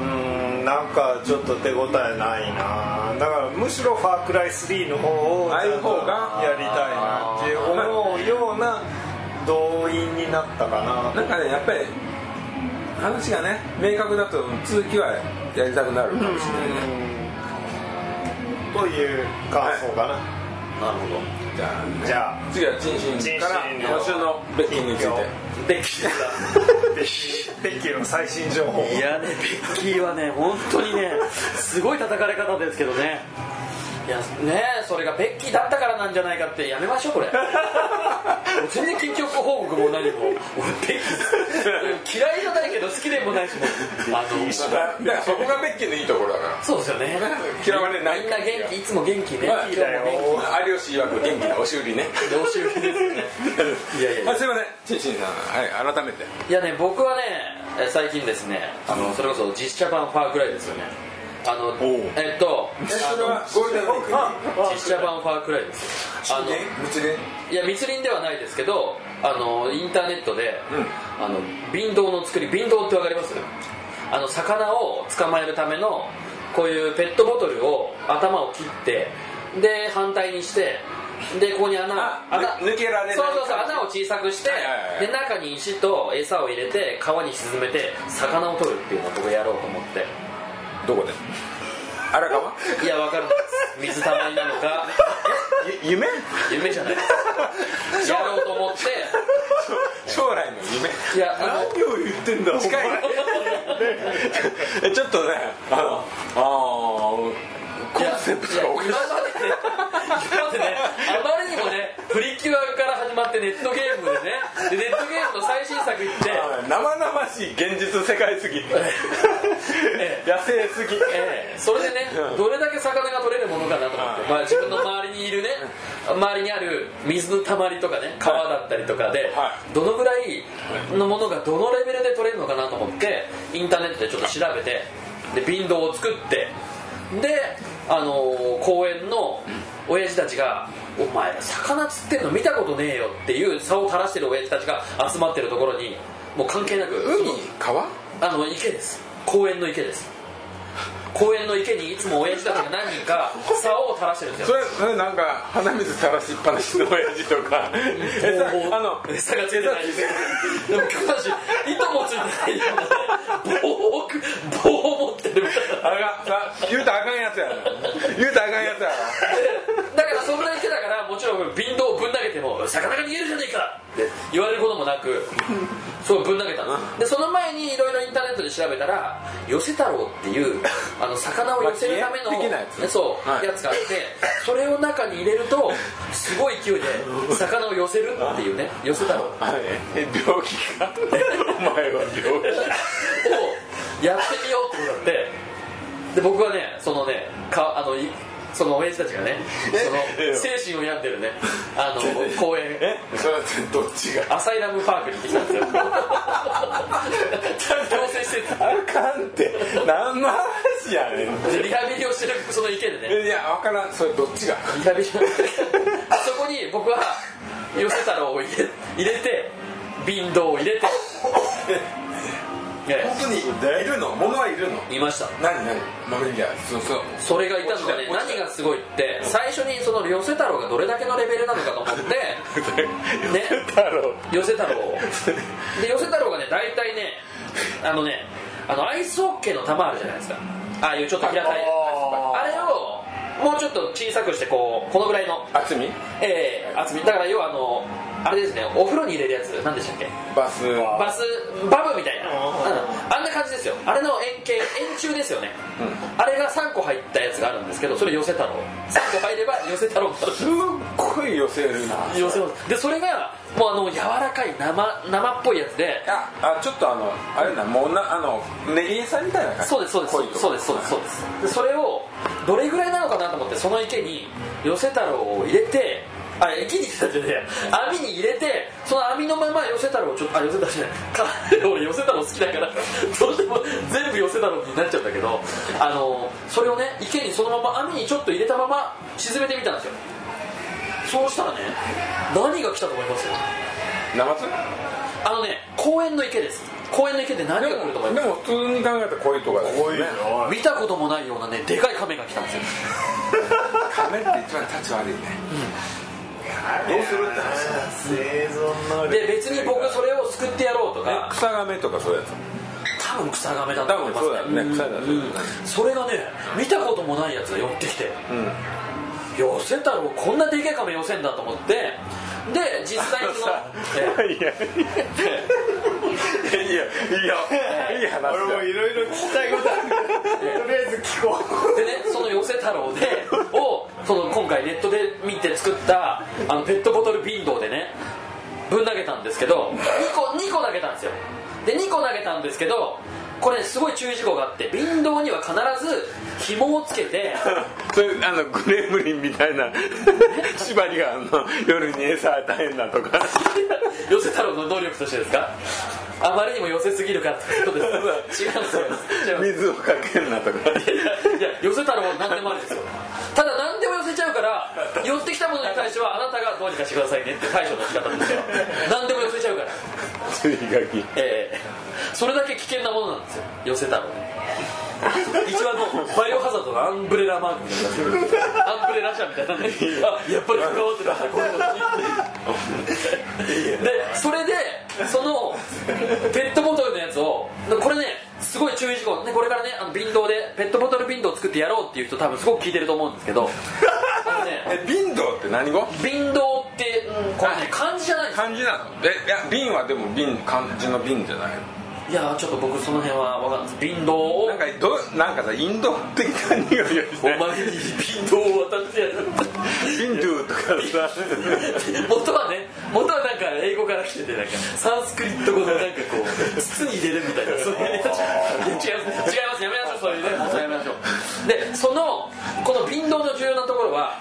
Speaker 3: んなんかちょっと手応えないなだからむしろ「ファークライ3」の方を
Speaker 1: ああ
Speaker 3: ち
Speaker 1: い
Speaker 3: ゃ
Speaker 1: うん
Speaker 3: と
Speaker 1: 方が
Speaker 3: やりたいなって思うような動員になったか
Speaker 1: な
Speaker 3: な
Speaker 1: んかねやっぱり話がね明確だと続きはやりたくなるかもしれないね
Speaker 3: という感想かな、
Speaker 4: なるほど
Speaker 1: じゃあ
Speaker 3: じゃ
Speaker 1: [LAUGHS]
Speaker 3: あ [LAUGHS]
Speaker 1: 次はチンシンから
Speaker 3: チンシンの
Speaker 1: 今週のベッキングについて
Speaker 4: ベッキー
Speaker 3: ベッベッキーの最新情報
Speaker 4: いやねベッキーはね本当にねすごい叩かれ方ですけどねいやねそれがベッキーだったからなんじゃないかってやめましょうこ [LAUGHS] れもう全然緊張報告も何も俺ベッキー嫌いじゃないけど好きでもないしもうあ
Speaker 1: だ
Speaker 4: の
Speaker 1: からだからそこがベッキーのいいところだか
Speaker 4: そうですよね
Speaker 1: ら嫌われない
Speaker 4: みんな元気いつも元気ね
Speaker 1: まあ
Speaker 4: 今日も元気
Speaker 1: 有吉曰く元気な押し売りね
Speaker 4: でお仕置きですよねいやいやいや
Speaker 1: あすいませんチンシンさんはい改めて
Speaker 4: いやね僕はねえ最近ですねあのそれこそ実写版ファークライですよねあの
Speaker 1: おう
Speaker 4: えっと
Speaker 1: それはゴールデンウィークに
Speaker 4: 実写版ファークライですあのい
Speaker 1: 密言
Speaker 4: や密林ではないですけどあのインターネットで、あの瓶道の作り瓶道ってわかりますあの魚を捕まえるためのこういうペットボトルを頭を切ってで反対にしてでここに穴
Speaker 1: あ
Speaker 4: 穴
Speaker 1: ぬ抜けられない
Speaker 4: そうそうそう穴を小さくして、
Speaker 1: はいはいはい
Speaker 4: で中に石と餌を入れて川に沈めて魚を取るっていうのを僕やろうと思って
Speaker 1: どこで荒川
Speaker 4: いやわかるんないです水たまりなのか
Speaker 1: [LAUGHS] ゆ夢
Speaker 4: 夢じゃないですやろうと思って
Speaker 1: 将来の夢
Speaker 4: いやあの
Speaker 1: を言ってんだ近いえ [LAUGHS] ちょっとねあのあーコ
Speaker 4: いや
Speaker 1: ンセプトがおかしい
Speaker 4: いや今までね今までねあまりにもねプリキュアから始まってネットゲームでねでネットゲームの最新作行って
Speaker 1: あー生々しい現実世界すぎ [LAUGHS]
Speaker 4: え
Speaker 1: 野生すぎ
Speaker 4: ええそれでねどれだけ魚が取れるものかなと思って、まあ、自分の周りにいるね周りにある水のたまりとかね川だったりとかで、
Speaker 1: は
Speaker 4: どのぐらいのものがどのレベルで取れるのかなと思ってインターネットでちょっと調べてで瓶道を作ってで、あのー公園の親父たちが「お前魚釣ってんの見たことねえよ」っていう竿を垂らしてる親父たちが集まってるところにもう関係なく
Speaker 1: 海川
Speaker 4: あの池です公園の池です公園の池にいつも親父たちが何人か竿を垂らしてるんです
Speaker 1: そ
Speaker 4: よ
Speaker 1: れそれなんか鼻水垂らしっぱなしの親父とか餌あの
Speaker 4: 餌がついてないですでも今日糸もついてないよ棒を棒を持ってるみたいな
Speaker 1: あがさ言うたらあかんやつやな言うたらあかんやつや
Speaker 4: だからそんな池だからもちろん瓶道をぶん投げても「魚が逃げるじゃねえか!」って言われることもなくそうぶん投げたんですでその前にいろいろインターネットで調べたら寄せ太郎っていうあの魚を寄せるための
Speaker 1: まあ的なやつね
Speaker 4: そう、
Speaker 1: はい
Speaker 4: やつがあってそれを中に入れるとすごい勢いで魚を寄せるっていうね寄せ太郎を
Speaker 1: なえ病気かお前は病気
Speaker 4: やってみようってことなんでで僕はねそのねかあのいその親父たちがねそ
Speaker 1: え
Speaker 4: の精神を病んでるねあの公園
Speaker 1: えそれはどっちが
Speaker 4: アサイラムパークに行ってきたん
Speaker 1: [LAUGHS]
Speaker 4: ですよ強制施設
Speaker 1: あかんって何の話やねん
Speaker 4: でリハビリをしてるその池でね
Speaker 1: いや分からんそれどっちが
Speaker 4: リハビリあそこに僕は寄せ太郎を入れ入れて瓶道を入れてえ
Speaker 1: 本当にいるの物はいるの
Speaker 4: えいました
Speaker 1: 何何豆じゃそうそう
Speaker 4: それがいたのがね
Speaker 1: 落ちた
Speaker 4: 何がすごいって最初にその寄せ太郎がどれだけのレベルなのかと思って
Speaker 1: [LAUGHS]
Speaker 4: ね
Speaker 1: 太郎
Speaker 4: 寄せ太郎をで寄せ太郎がね大体ねあのねあのアイスホッケーの球あるじゃないですかああいうちょっと平たいあれをもうちょっと小さくしてこうこのぐらいの、
Speaker 1: 厚み
Speaker 4: えー厚みだから要はあのあれですねお風呂に入れるやつ何でしたっけ
Speaker 1: バス
Speaker 4: バスバブみたいな、うんあんな感じですよあれの円形円柱ですよね、あれが3個入ったやつがあるんですけどそれ寄せ太郎3個入れば寄せ太郎になる
Speaker 1: すっごい寄せるな
Speaker 4: 寄せますでそれがもうあの柔らかい生生っぽいやつで
Speaker 1: ああちょっとあのあれなもうなあのネギ餌みたいな感じ
Speaker 4: そうですそうです
Speaker 1: 濃いと
Speaker 4: そうですそうですそうですでそれをどれぐらいなのかなと思ってその池に寄せ太郎を入れてあ池に入れたじゃねえや網に入れてその網のまま寄せ太郎をちょっとあ寄せ太郎じゃないか [LAUGHS] 俺寄せ太郎好きだからどうしても全部寄せ太郎になっちゃうんだけどあのそれをね池にそのまま網にちょっと入れたまま沈めてみたんですよそうしたらね何が来たと思います
Speaker 1: ナマズ
Speaker 4: あのね公園の池です公園の池で何が来ると思い
Speaker 1: で
Speaker 4: ます
Speaker 1: も普通に考えたら鯉とかだよね
Speaker 3: 多いよ
Speaker 4: 見たこともないようなねでかい亀が来たんですよ
Speaker 1: カメって一番立ち悪いねどうするって話
Speaker 3: 生存能力
Speaker 4: で別に僕それを救ってやろうとか
Speaker 1: 草ガメとかそういうやつ
Speaker 4: 多分草亀だと
Speaker 1: 多
Speaker 4: 思い
Speaker 1: 分
Speaker 4: ま
Speaker 1: そうだ
Speaker 4: す
Speaker 1: よね草だよね
Speaker 4: それがね見たこともないやつが寄ってきて、寄せたろこんなでけえ亀寄せんだと思ってで実際
Speaker 1: [LAUGHS]
Speaker 4: にそのえ
Speaker 3: いやいやいやいい話
Speaker 5: 俺もいろいろ聞きたいことある
Speaker 3: とりあえず聞こ
Speaker 4: でねその寄せ太
Speaker 1: [LAUGHS]
Speaker 4: 郎でをその今回ネットで見て作ったあのペットボトル瓶ドでねぶん投げたんですけど2個 ,2 個投げたんですよで2個投げたんですけどこれすごい注意事項があって瓶ドには必ず紐をつけて
Speaker 1: それあのグレムリンみたいな縛りがあんの夜に餌与えんなと [LAUGHS] か
Speaker 4: [LAUGHS] 寄せ太郎の能力としてですかあまりにも寄せすぎるからってことです違うんですよ違うんです
Speaker 1: 水をかけんなとか
Speaker 4: いや寄せたらもう何でもありですよただ何でも寄せちゃうから寄ってきたものに対してはあなたがどうにかしてくださいねって対処の仕方ですよ何でも寄せちゃうから
Speaker 1: 注意書き
Speaker 4: ええそれだけ危険なものなんですよ寄せたの一番もうバイオハザードのアンブレラマークみたいなアンブレラ社みたいなねあやっぱり関わってたこういうことにでそれでそのペットボトルのやつをこれねすごい注意事項ねこれからねあの瓶ドでペットボトル瓶ドを作ってやろうっていう人多分すごく聞いてると思うんですけどあのね
Speaker 1: え瓶ドって何語
Speaker 4: 瓶ドって、うんこれね漢字じゃないんですよ
Speaker 1: 漢字なのえいや瓶はでも瓶漢字の瓶じゃない
Speaker 4: いやちょっと僕その辺は分かんないです瓶ドを
Speaker 1: なんかどなんかさインド的な匂いがして
Speaker 4: お前に貧乏を渡してやる
Speaker 1: ビンドゥとかさ
Speaker 4: 元はね元はなんか英語から来ててなんかサンスクリット語のなんかこう筒に入れるみたいなそういうね違います違いますやめましょうそういうねそうやめましょうでそのこの貧乏の重要なところは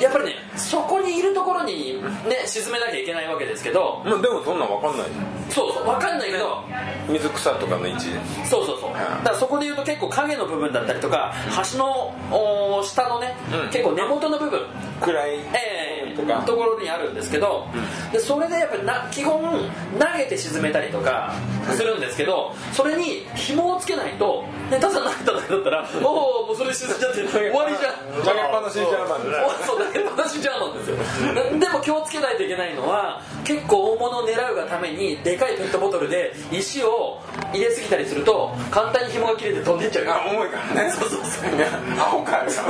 Speaker 4: やっぱりねそこにいるところにね沈めなきゃいけないわけですけど
Speaker 1: もうでもそんなん分かんないじゃ
Speaker 4: そうそう分かんないけど
Speaker 1: ん水草とかの位置
Speaker 4: そうそうそうだからそこで言うと結構影の部分だったりとか橋のおー下のね、
Speaker 1: うん
Speaker 4: 結構根元の部分
Speaker 1: 暗い
Speaker 4: ええ
Speaker 1: とか
Speaker 4: ところにあるんですけど、でそれでやっぱりな基本投げて沈めたりとかするんですけどそれに紐をつけないと、ね、ただ投げただけだったら「おおもうそれ沈んじゃって終わりじゃん」
Speaker 1: 投げっぱなしジャーマンで
Speaker 4: そう投げっぱなしジャーマンですよでも気をつけないといけないのは結構大物を狙うがためにでかいペットボトルで石を入れすぎたりすると簡単に紐が切れて飛んでいっちゃうから
Speaker 1: あ重いからね
Speaker 4: そうそうそう
Speaker 1: アホかよ
Speaker 4: そう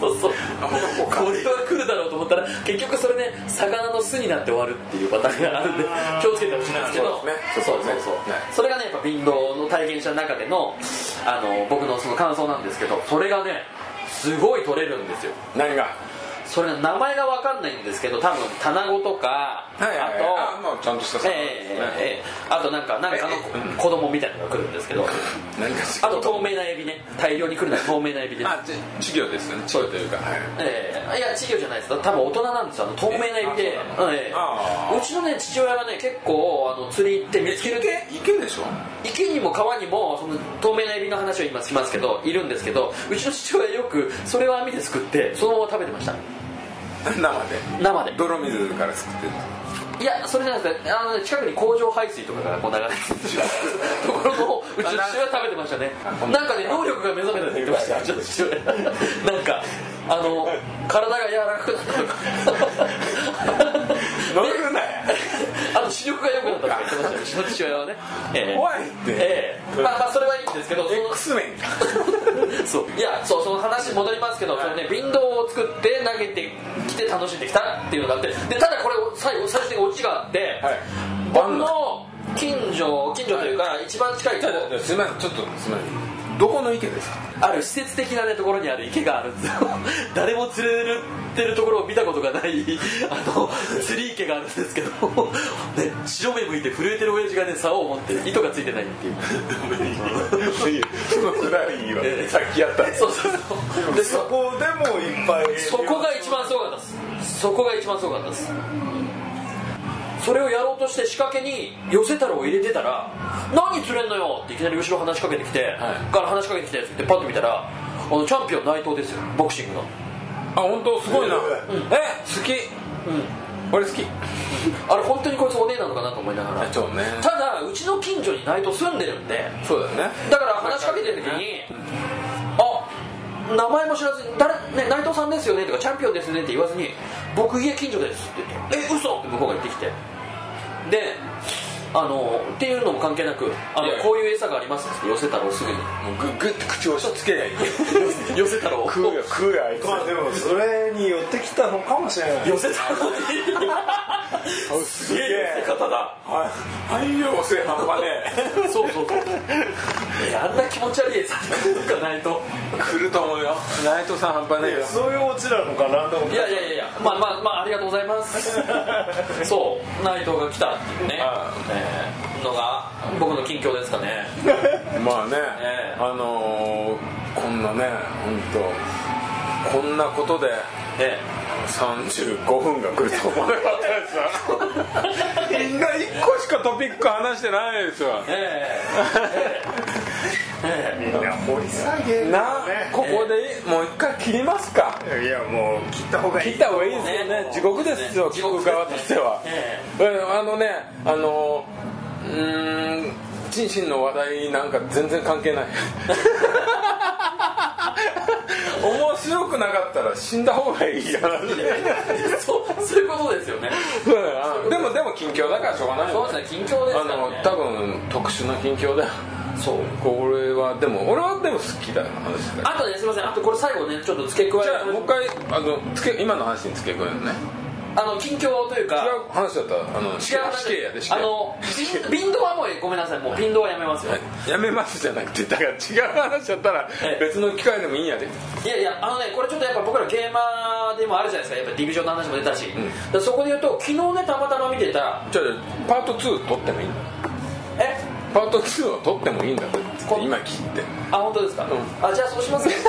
Speaker 4: そうそうこれは来るだろうと思ったら結局それね魚の巣になって終わるっていうパターンがあるんで気をつけてほしいんですけど
Speaker 1: そうですね
Speaker 4: そうそう
Speaker 1: そうです
Speaker 4: そ
Speaker 1: ね
Speaker 4: うそれがねやっぱ貧乏の体験した中でのあの僕のその感想なんですけどそれがねすごい取れるんですよ
Speaker 1: 何が
Speaker 4: それが名前が分かんないんですけど多分棚子とかあと
Speaker 1: はいはいはいあまあちゃんとした
Speaker 4: え
Speaker 1: さ
Speaker 4: えええええあとなんかなんかの子供みたいなのが来るんですけど
Speaker 1: 何かし
Speaker 4: あと透明なエビね大量に来るのは透明なエビです
Speaker 1: あじ授業ですよね授業というかはい
Speaker 4: ええいや稚魚じゃないです多分大人なんですよあの透明なエビ
Speaker 1: え
Speaker 4: で
Speaker 1: あ
Speaker 4: う
Speaker 1: そうなんの
Speaker 4: ええ
Speaker 1: ああ
Speaker 4: うちのね父親がね結構あの釣り行って見つける
Speaker 1: 池池でしょ
Speaker 4: 池にも川にもその透明なエビの話を今しますけどいるんですけどうちの父親よくそれを網ですくってそのまま食べてました
Speaker 1: [LAUGHS] 生で
Speaker 4: 生で
Speaker 1: 泥水から作ってる
Speaker 4: いやそれじゃなくてあの近くに工場排水とかがこう流れ
Speaker 1: [LAUGHS]
Speaker 4: てるところもうちの父親食べてましたねなんかね能力が目覚めたって言ってましたうちの
Speaker 1: [LAUGHS]
Speaker 4: 父親なんかあの体が柔らかくなったとか
Speaker 1: 乗るなよ
Speaker 4: あと視力が良くなったとか言ってましたようちの父親はね、ええ
Speaker 1: 怖いって
Speaker 4: ええまあまあそれはいいんですけどその
Speaker 1: X メンか
Speaker 4: [LAUGHS] そういやそうその話戻りますけど、そのね瓶ドを作って投げてきて楽しんできたっていうのがあってでただこれ最後最終的にオチがあって、
Speaker 1: はい
Speaker 4: 僕の近所近所というか、一番近いとこ
Speaker 1: すいませんちょっとすいませんどこの池ですか
Speaker 4: ある施設的な、ね、ところにある池があるんですよ [LAUGHS] 誰も釣れるってるところを見たことがないあの釣り池があるんですけど、ね、 [LAUGHS] 白目向いて震えてる親父がね竿を持って糸がついてないっていう
Speaker 1: そのくらいいいわさっきやった
Speaker 4: そうそうそうで
Speaker 3: うそ
Speaker 4: そ
Speaker 3: こでもいっぱい
Speaker 4: そこが一番すごかったですそこが一番すごかったですそれをやろうとして仕掛けに寄せ太郎を入れてたら「何釣れんのよ!」っていきなり後ろ話しかけてきて、から話しかけてきてって言ってパッと見たらあのチャンピオン内藤ですよボクシングの
Speaker 1: あ本当すごいな、え好き、俺好き
Speaker 4: あれ本当にこいつお姉なのかなと思いながら
Speaker 1: そうね
Speaker 4: ただうちの近所に内藤住んでるんで
Speaker 1: そうだよね
Speaker 4: だから話しかけてる時に「あ名前も知らずに誰、ね、内藤さんですよね」とか「チャンピオンですよね」って言わずに「僕家近所です」って言って「え嘘って向こうが言ってきてであのっていうのも関係なくあの
Speaker 2: いや
Speaker 4: こういう餌がありますって寄せたろうすぐに
Speaker 2: もうグッグッて口を押しつけない
Speaker 4: [LAUGHS] 寄せたろう
Speaker 5: 食うよ食うよあいつ
Speaker 3: まあでもそれに寄ってきたのかもしれない
Speaker 4: [LAUGHS] 寄せたろう [LAUGHS] すげえ寄せ方だ
Speaker 1: はいよせ半端ね
Speaker 4: そうそうそういやあんな気持ち悪い餌とかないと
Speaker 1: 来ると思うよ内藤さん半端ねえよ
Speaker 3: そういうオチなのかなと思っ
Speaker 4: い
Speaker 3: て
Speaker 4: やいやいやいやまあまあまあありがとうございます
Speaker 1: [LAUGHS]
Speaker 4: そう内藤が来たっていうね、えーのが僕の近況ですか
Speaker 1: [LAUGHS]
Speaker 4: ね
Speaker 1: まあね、
Speaker 4: ええ
Speaker 1: あのーこんなね本当こんなことで
Speaker 4: え
Speaker 1: 35分が来ると思わ [LAUGHS] なかったですよみんな1個しかトピック話してないですよ
Speaker 4: えええええ
Speaker 3: いや掘り下げる
Speaker 1: な
Speaker 3: よね
Speaker 1: ここでもう一回切ります [LAUGHS] か
Speaker 3: いやもう切った方がいい
Speaker 1: 切った方がいいですよ [LAUGHS] ね
Speaker 4: ね
Speaker 1: 地獄ですよ
Speaker 4: 地
Speaker 1: 聞
Speaker 4: 獄
Speaker 1: く側としては
Speaker 4: え、え
Speaker 1: うんあのねあのうーん心身の話題なんか全然関係
Speaker 4: [LAUGHS]
Speaker 1: ない面白くなかったら死んだ方がいい
Speaker 4: [LAUGHS]
Speaker 1: 話
Speaker 4: え [LAUGHS] そうそういうことですよね
Speaker 1: うんあのでもでも近況だからしょうがないよ
Speaker 4: そうですね近況です
Speaker 1: あ
Speaker 4: から
Speaker 1: の
Speaker 4: ね
Speaker 1: 多分特殊な近況だよ
Speaker 4: そう
Speaker 1: これはでも俺はでも好きだよ話だ
Speaker 4: あとねすいませんあとこれ最後ねちょっと付け加え
Speaker 1: じゃあもう一回あのつけ今の話に付け加えるね
Speaker 4: あの近況という
Speaker 1: 違
Speaker 4: か
Speaker 1: う話だったらあの
Speaker 4: 違う
Speaker 1: 死刑やで死刑
Speaker 4: あのビンビンドはもうごめんなさいもうビンドはやめますよ、
Speaker 1: やめますじゃなくてだから違う話だったら
Speaker 4: ええ
Speaker 1: 別の機会でもいいんやで
Speaker 4: いやいやあのねこれちょっとやっぱ僕らゲーマーでもあるじゃないですかやっぱディビジョンの話も出たし、だからそこで言うと昨日ねたまたま見てた
Speaker 1: じゃあパート2撮ってもいいんだ
Speaker 4: え
Speaker 1: パート2を撮ってもいいんだって
Speaker 4: こ
Speaker 1: 今切って
Speaker 4: あ本当ですか、
Speaker 1: ん
Speaker 4: あじゃあそうします [LAUGHS]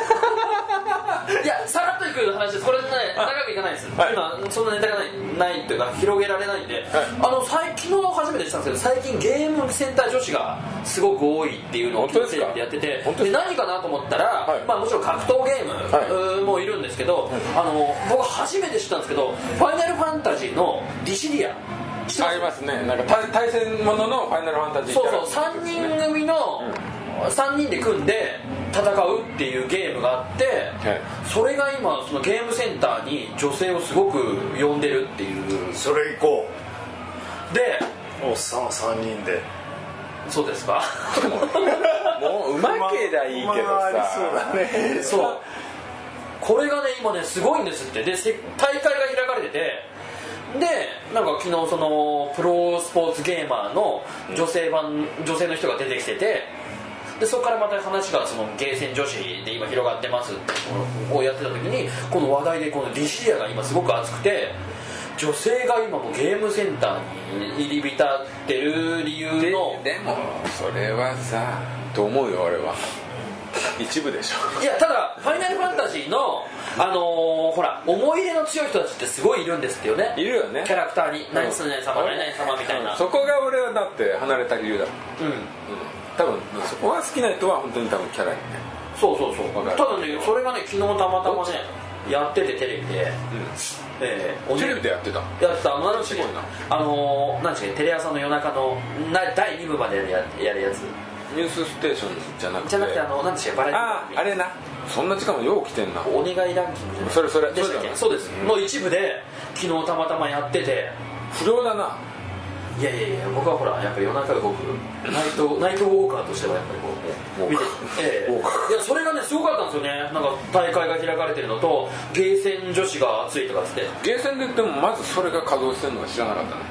Speaker 4: いやさらっといく話ですこれね長くいかないです、
Speaker 1: はい
Speaker 4: 今そんなネタがないないっていうか広げられないんで、あの最近昨日初めて知ったんですけど最近ゲームセンター女子がすごく多いっていうのを
Speaker 1: 本当ですか
Speaker 4: でやってて
Speaker 1: 本当です
Speaker 4: 何かなと思ったら、
Speaker 1: はい
Speaker 4: まあもちろん格闘ゲーム、
Speaker 1: は
Speaker 4: うーもいるんですけど、あの僕初めて知ったんですけど「ファイナルファンタジー」のディシリア知ってま
Speaker 1: あ
Speaker 4: す
Speaker 1: りますねなんか対対戦もののファイナルファンタジー
Speaker 4: そ
Speaker 1: か
Speaker 4: う
Speaker 1: ら
Speaker 4: そう3人組の3人で組んで戦うっていうゲームがあって、
Speaker 1: はい
Speaker 4: それが今そのゲームセンターに女性をすごく呼んでるっていう
Speaker 3: それ行こ
Speaker 4: で
Speaker 3: うおっさん3人で
Speaker 4: そうで
Speaker 1: [LAUGHS]
Speaker 4: すか
Speaker 1: もううまけりゃいいけど
Speaker 3: まああり
Speaker 1: さ、
Speaker 3: そうだね
Speaker 4: そうこれがね今ねすごいんですってでせ大会が開かれててでなんか昨日そのプロスポーツゲーマーの女性版、女性の人が出てきててでそこからまた話がそのゲーセン女子で今広がってますってこをやってた時にこの話題でこのリシリアが今すごく熱くて女性が今もうゲームセンターに入り浸ってる理由の
Speaker 1: でもそれはさと思うよ俺は一部でしょ
Speaker 4: いやただ「ファイナルファンタジーの」あのーほら思い入れの強い人たちってすごいいるんですってよね
Speaker 1: いるよね
Speaker 4: キャラクターに何々様何々様みたいな
Speaker 1: そこが俺はだって離れた理由だ、うん、
Speaker 4: うん
Speaker 1: 多分そこが好きな人は本当に多分キャラにね
Speaker 4: そうそうそう
Speaker 1: わかる
Speaker 4: ただねそれがね昨日たまたまねやっててテレビで、ええお
Speaker 1: テ
Speaker 4: ね
Speaker 1: レビでやってた
Speaker 4: やってたあのなんす
Speaker 1: すごいな
Speaker 4: あのー、なんですかテレ朝の夜中のな第2部までややるやつ
Speaker 1: ニュースステーションじゃなくて
Speaker 4: じゃなくてあのなんですかバラエティ
Speaker 1: あ
Speaker 4: 番組
Speaker 1: ああれなそんな時間もよう来てんな
Speaker 4: お願いランキング
Speaker 1: それそれ
Speaker 4: でしたっけ
Speaker 1: そ
Speaker 4: そうです、の一部で昨日たまたまやってて
Speaker 1: 不良だない
Speaker 4: やいやいや僕はほらやっぱ夜中動くナイトナイトウォーカーとしてはやっぱりこ
Speaker 1: ウォ
Speaker 4: う
Speaker 1: ー
Speaker 4: 見
Speaker 1: カ
Speaker 4: て
Speaker 1: ー
Speaker 4: ええ
Speaker 1: ウォーカ
Speaker 4: いやそれがねすごかったんですよねなんか大会が開かれてるのとゲーセン女子が熱いとかっつって
Speaker 1: ゲーセンででもまずそれが稼働してるのは知らなかったね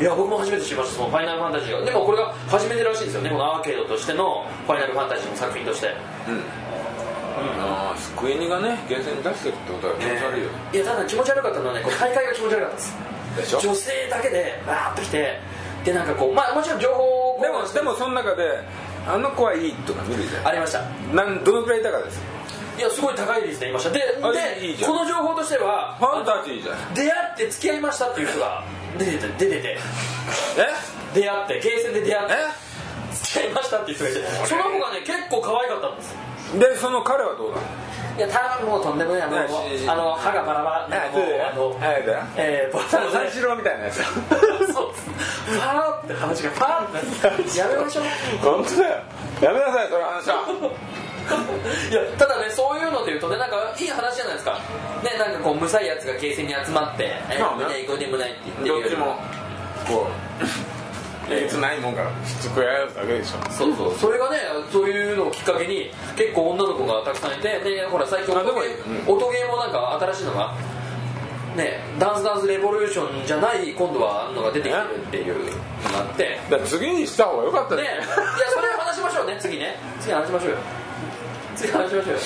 Speaker 4: いや僕も初めて知りましたそのファイナルファンタジーがでもこれが初めてらしいんですよねこのアーケードとしてのファイナルファンタジーの作品として
Speaker 1: ああスクエニがねゲーセン出してるってことは気持ち悪いよ、
Speaker 4: いやただ気持ち悪かったのはね
Speaker 1: [LAUGHS]
Speaker 4: こう大会が気持ち悪かったです
Speaker 1: でしょ
Speaker 4: 女性だけでわーっと来てでなんかこうまあもちろん情報
Speaker 1: でもでもその中であの子はいいとか見るじゃ
Speaker 4: ありました
Speaker 1: んなんどのくらいいたかです
Speaker 4: いやすごい高い率でいましたで
Speaker 1: あいいいいじ
Speaker 4: で
Speaker 1: ゃん
Speaker 4: この情報としては
Speaker 1: ファンタジーじゃん
Speaker 4: 出会って付き合いましたっていう人が出てて出てて
Speaker 1: え
Speaker 4: 出会ってゲーセンで出会って
Speaker 1: え
Speaker 4: 付き合いましたっていう人がいてその子がね結構可愛かったんですよ
Speaker 1: でその彼はどうなの
Speaker 4: いや多分もうとんでもないあの
Speaker 1: ねしし
Speaker 4: あの歯がバラバラもうあの
Speaker 1: はいだよ
Speaker 4: えーボタンで
Speaker 1: 三四郎みたいなやつ
Speaker 4: [LAUGHS] そうファーって話がファーってやめましょう
Speaker 1: 本当だよやめなさいその話はい
Speaker 4: やただねそういうのでいうとねなんかいい話じゃないですかねなんかこうむさいやつがゲーセンに集まって「え
Speaker 1: まあ
Speaker 4: ー
Speaker 1: ね
Speaker 4: 胸いこでもない」って言ってる
Speaker 1: ど
Speaker 4: よ
Speaker 1: っち
Speaker 4: り
Speaker 1: もこうえげつないもんからしつこやるだけでしょ
Speaker 4: そうそうそれがねそういうのをきっかけに結構女の子がたくさんいてでほら最近
Speaker 1: あ
Speaker 4: 音
Speaker 1: で
Speaker 4: ゲ
Speaker 1: も
Speaker 4: ー音ゲーもなんか新しいのがねダンスダンスレボリューションじゃない今度はのが出てきてるっていうのがあってね
Speaker 1: だから次にした方が良かった
Speaker 4: いやそれ話しましょうね次ね次話しましょうよ次話しましょうよ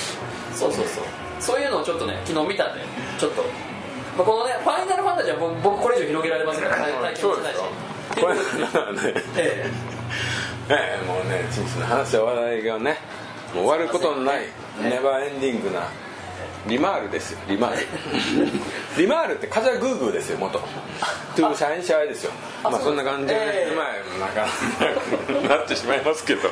Speaker 4: そうそうそうそういうのをちょっとね昨日見たんでちょっと、まあ、このねファイナルファンタジーは僕僕これ以上広げられませんから体体験
Speaker 1: そ
Speaker 4: も
Speaker 1: う
Speaker 4: し
Speaker 1: で
Speaker 4: ない
Speaker 1: し
Speaker 4: し
Speaker 1: ょこれ [LAUGHS] ならね
Speaker 4: ええ
Speaker 1: ええもうねチンチンの話は笑いがねもう終わることのないネバーエンディングなリマールですよリマールリマールって風はグーグーですよ元トゥーシャインシャイですよまあそんな感じでね、
Speaker 4: ええ
Speaker 1: まあなんかなってしまいますけど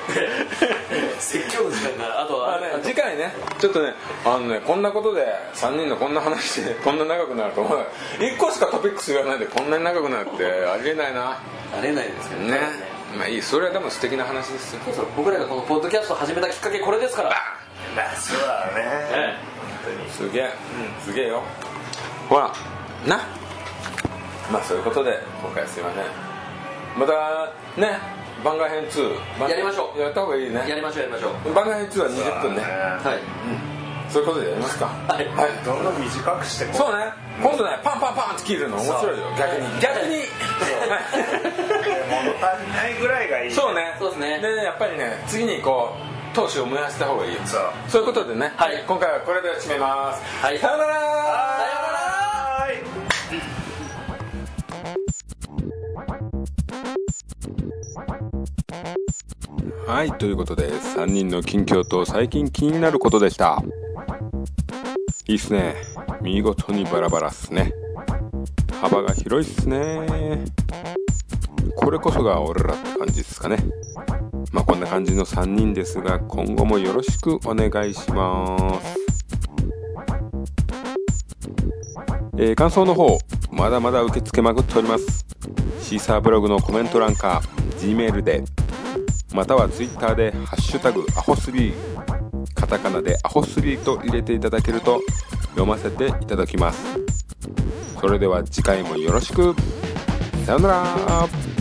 Speaker 4: 説教の時間があと
Speaker 1: ま
Speaker 4: は
Speaker 1: あね、次回ねちょっとねあのねこんなことで3人のこんな話で [LAUGHS] こんな長くなると思う1個しかトピックス言わないでこんなに長くなるってありえないな
Speaker 4: あれないですけど
Speaker 1: ねまあいいそれはでも素敵な話ですよ
Speaker 4: そうそう僕らがこのポッドキャストを始めたきっかけこれですから
Speaker 3: まあそうだね
Speaker 4: え
Speaker 1: すげえ、すげえよほらなまあそういうことで今回はすいませんまたね番外編2番
Speaker 4: やりましょう
Speaker 1: やった方がいい
Speaker 4: えや
Speaker 1: ね
Speaker 4: りましょうやりましょう
Speaker 1: 番外編2は20分ね
Speaker 4: はい
Speaker 1: そういうことでやりますかはい
Speaker 3: どんどん短くしてこ
Speaker 1: そうね今度ねパンパンパンって切るの面白いよ逆に逆に
Speaker 3: 物足りないぐらいがい
Speaker 1: [LAUGHS]
Speaker 3: い
Speaker 1: そうね
Speaker 4: そうですね
Speaker 1: でやっぱりね次にこう闘志を燃やした方がいいよ
Speaker 3: そう
Speaker 1: そういうことでね、
Speaker 4: はい
Speaker 1: 今回はこれで締めます、
Speaker 4: はい
Speaker 1: さよなら
Speaker 4: さようなら
Speaker 3: はーい
Speaker 1: はいということで3人の近況と最近気になることでしたいいっすね見事にバラバラっすね幅が広いっすねこれこそが俺らって感じですかねまあこんな感じの3人ですが今後もよろしくお願いしますえー感想の方まだまだ受け付けまくっておりますシーサーブログのコメント欄か G メールでまたはツイッターで「ハッシュタグアホ3」カタカナで「アホ3」と入れていただけると読ませていただきますそれでは次回もよろしくさようなら